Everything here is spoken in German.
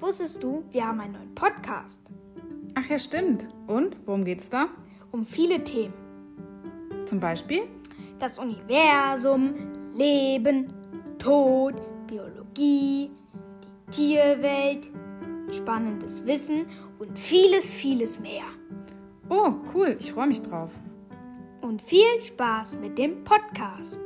Wusstest du, wir haben einen neuen Podcast? Ach ja, stimmt. Und worum geht's da? Um viele Themen. Zum Beispiel? Das Universum, Leben, Tod, Biologie, die Tierwelt, spannendes Wissen und vieles, vieles mehr. Oh, cool, ich freue mich drauf. Und viel Spaß mit dem Podcast.